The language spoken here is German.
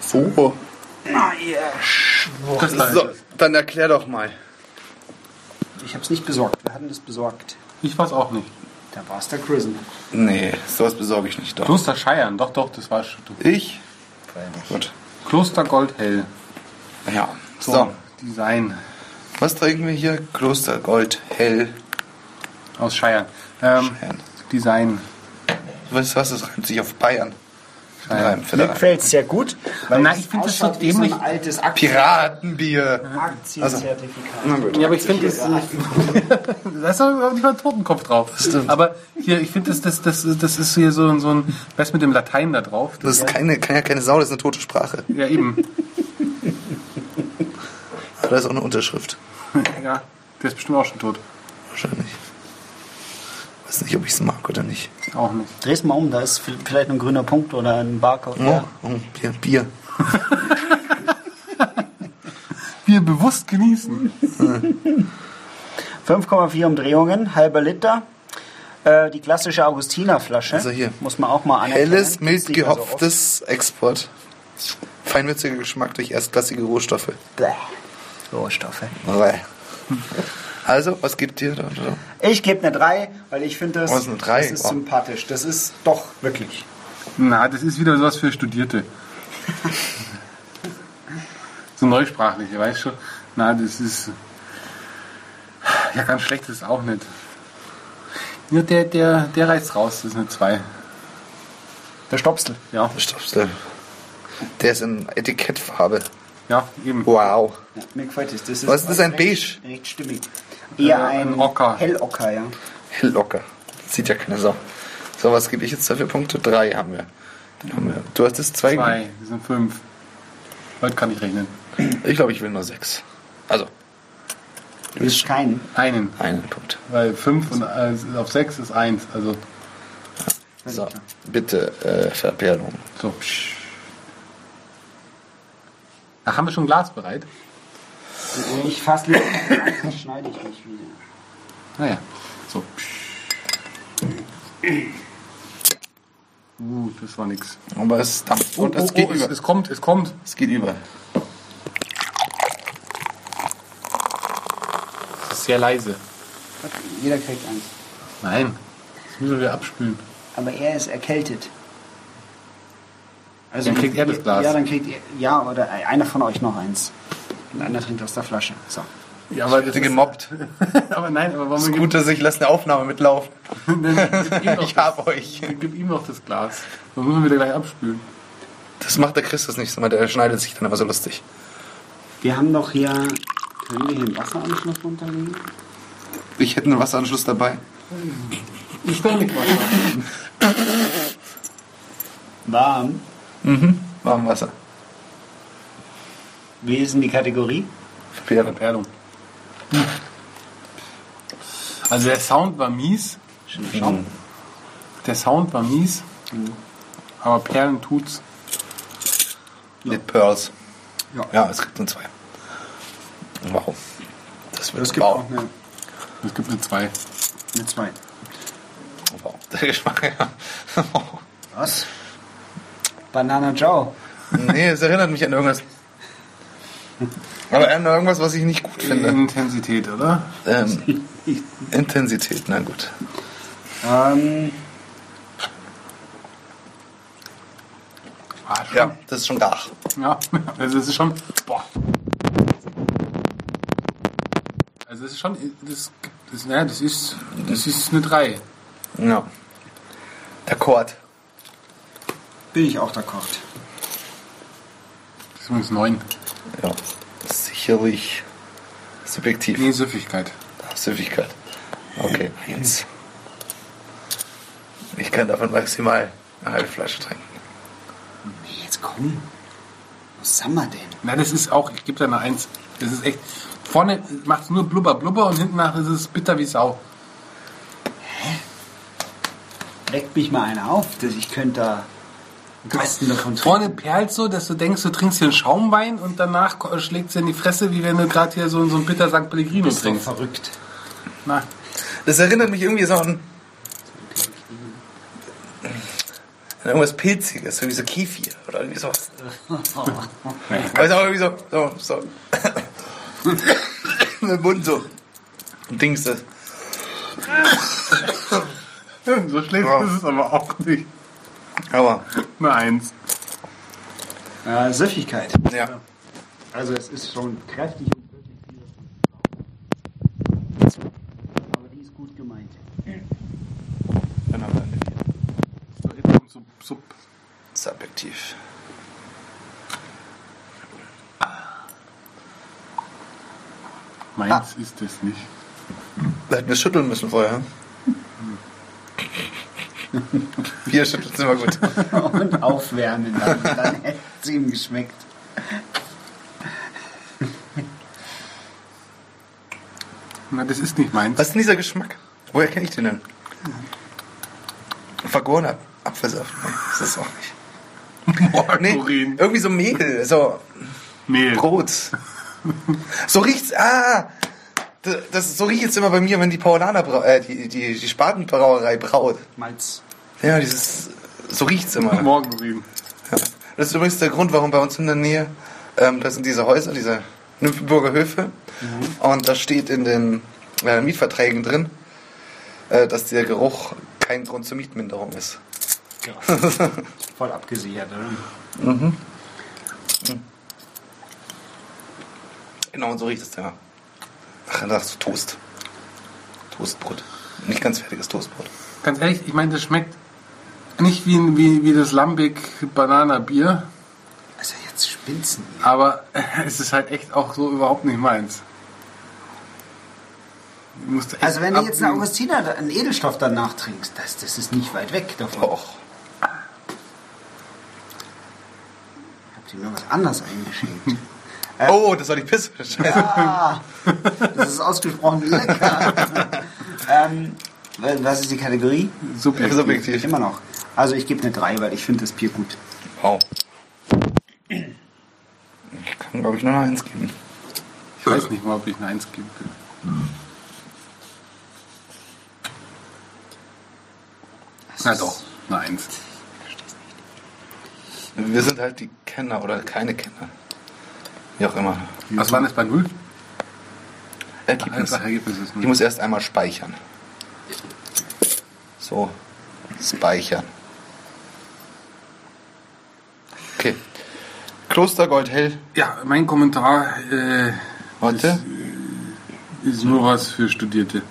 So. Ah, ihr Schwuchtel. So, dann erklär doch mal. Ich hab's nicht besorgt. Wir hatten das besorgt. Ich weiß auch nicht. Da war's der Chrisen. Nee, sowas besorge ich nicht doch. Kloster Scheiern, doch, doch, das war schon du. Ich? Gut. Kloster Goldhell. Ja. So. Design Was trinken wir hier? Kloster Gold Hell. aus Scheiern. Ähm, Scheiern. Design. Weißt du was? Das reimt sich auf Bayern. Nein, Mir vielleicht. gefällt es sehr gut. Na, ich finde das so Ausschaut wie so dämlich. ein altes Aktien- Piratenbier. Aktienzertifikat. Na gut. Ja, aber ich finde das. da ist doch überhaupt nicht mal ein Totenkopf drauf. Aber hier, ich finde das, das, das, das ist hier so, ein- so ein. Was mit dem Latein da drauf? Das ist keine, keine, keine Sau, das ist eine tote Sprache. Ja, eben. Aber da ist auch eine Unterschrift. Ja, der ist bestimmt auch schon tot. Wahrscheinlich. Weiß nicht, ob ich es mag oder nicht. Auch nicht. Dreh's mal um, da ist vi- vielleicht ein grüner Punkt oder ein Barcode. Oh, oh Bier, Bier. Wir bewusst genießen. 5,4 Umdrehungen, halber Liter. Äh, die klassische Augustinerflasche. Also hier. Muss man auch mal anerkennen. Helles, mild Gibt's nicht mehr so oft. gehopftes Export. Feinwürziger Geschmack durch erstklassige Rohstoffe. Bäh. Rohstoffe. Bäh. Also, was gibt dir da? da? Ich gebe eine 3, weil ich finde das, Was ist eine Drei? das ist Oh. sympathisch. Das ist doch wirklich. Na, das ist wieder sowas für Studierte. so neusprachliche, weißt du? Na, das ist. Ja, ganz schlecht ist es auch nicht. Ja, der, der, der reißt raus, das ist eine 2. Der Stopsel. Ja, Stopp, stopp. Der ist in Etikettfarbe. ja, eben. Wow. Ja, mir gefällt das. das Was ist das, ein recht- Beige? Recht stimmig. Eher Äh, ein, ein Ocker. Hellocker, ja. Locker. Sieht ja keine Sau. So, was gebe ich jetzt dafür? Punkte? Drei haben wir. Dann haben wir. Du hast es zwei. gegeben. 2, das sind 5. Heute kann ich rechnen. Ich glaube, ich will nur sechs. Also, Du bist kein. Einen. einen Punkt. Weil 5 und äh, auf 6 ist 1. Also, So, bitte, äh, Verperlung. so. Ach, haben wir schon ein Glas bereit? Ich fass lieber an, dann schneide ich mich wieder. Naja, Ah so. Uh, das war nix. Aber es dampft. Und Oh, es oh, geht oh, über. Es kommt, es kommt. Es geht über. Es ist sehr leise. Jeder kriegt eins. Nein, das müssen wir abspülen. Aber er ist erkältet. Also Dann kriegt er das Glas. Ja, dann kriegt er, ja, oder einer von euch noch eins. Und einer trinkt aus der Flasche. So. Ja, aber Bitte gemobbt. aber nein, aber warum Ist gut, dass ich lasse eine Aufnahme mitlaufen. gib, ihm doch Ich habe das, euch. gib ihm noch das Glas. Dann müssen wir gleich abspülen. Das macht der Christus nicht, sondern der schneidet sich dann aber so lustig. Wir haben doch hier. Können wir hier einen Wasseranschluss runterlegen? Ich hätte einen Wasseranschluss dabei. Ich kann nicht was. Warm. Warm Wasser. Wie ist denn die Kategorie? Verperlung. Perlung. Also der Sound war mies. Der Sound war mies. Aber Perlen tut's. Mit Pearls. Ja. ja, es gibt nur zwei. Warum? Das wird Es gibt wow. auch eine, Es gibt eine 2. eine 2. wow. Der Geschmack, ja. Was? Banana Joe. nee, es erinnert mich an irgendwas. Aber an irgendwas, was ich nicht gut finde. Intensität, oder? Ähm, Intensität, na gut. Ähm, Ah, schon. Ja, das ist schon gar. ja. Also es ist schon. Boah. Also es ist schon. Das, das, naja, das ist. Das ist eine 3. Ja. Der Chord. bin ich auch d'accord. Das ist übrigens 9. Ja. Sicherlich subjektiv. Nee, Süffigkeit. Süffigkeit. Okay, eins. Ich kann davon maximal eine halbe Flasche trinken. Nee, jetzt komm. Was haben wir denn? Na, das ist auch, ich gebe da eine Eins. Das ist echt. Vorne macht es nur blubber, blubber und hinten nach ist es bitter wie Sau. Weckt mich mal einer auf, dass ich könnte da Kasten davon Vorne perlt so, dass du denkst, du trinkst hier einen Schaumwein und danach schlägt es in die Fresse, wie wenn du gerade hier so, so ein bitter St. Pellegrino Das ist doch trinkst. verrückt. Na, Das erinnert mich irgendwie so an. irgendwas Pilziges, so wie so Kefir oder irgendwie so. Also auch irgendwie so, so, so. Mit dem Mund so. Und Dings das. So schlecht Ja. ist es aber auch nicht. Aber, Nur eins. Äh, Süffigkeit. ja. Also es ist schon kräftig und wirklich viel. Aber die ist gut gemeint. Dann haben wir eine vier. So, jetzt kommt Sub. Sub. Subjektiv. Meins ist es nicht. Da hätten wir schütteln müssen vorher. Bier schütteln ist immer gut. Und aufwärmen dann. Dann hätte sie ihm geschmeckt. Na, das ist nicht meins. Was ist denn dieser Geschmack? Woher kenne ich den denn? Vergorener Apfelsaft. Nee, ist das auch nicht. Boah, Nee, Urin. irgendwie so Mehl, so Mehl. Brot. So riecht's. Ah! d- Das, so riecht es immer bei mir, wenn die Paulaner, Brau- äh, die, die, die Spatenbrauerei braut. Malz. Ja, dieses, so riecht's immer. Morgenurin. Ja. Das ist übrigens der Grund, warum bei uns in der Nähe, ähm, das sind diese Häuser, diese Nymphenburger Höfe. Und da steht in den äh, Mietverträgen drin, äh, dass der Geruch kein Grund zur Mietminderung ist. Voll abgesichert, oder? Genau, und so riecht es ja. Ach, dann sagst du Toast. Toastbrot. Nicht ganz fertiges Toastbrot. Ganz ehrlich, ich meine, das schmeckt nicht wie, ein- wie, wie das Lambic-Banana-Bier, Also jetzt spinzen die. aber es ist halt echt auch so überhaupt nicht meins. Ich musste echt Also wenn du jetzt eine abwägen. Augustiner, einen Edelstoff danach trinkst, das, das ist nicht weit weg davon. Och. Ich hab dir nur was anderes eingeschenkt. Oh, das war die Pisse. Scheiße. Das ist ausgesprochen lecker. ähm, was ist die Kategorie? Subjektiv. Subjektiv. Immer noch. Also ich gebe eine 3, weil ich finde das Bier gut. Wow. Ich kann, glaube ich, nur noch eins geben. Ich weiß nicht mal, ob ich eine Eins geben will. Na doch, eine Eins. Wir sind halt die Kenner oder keine Kenner. Wie auch immer. Was waren das bei Null? Ergebnis. Ach, Ergebnis ist Ich Null. muss erst einmal speichern. So, speichern. Okay. Klostergold hell. Ja, mein Kommentar äh, Heute? ist nur was für Studierte.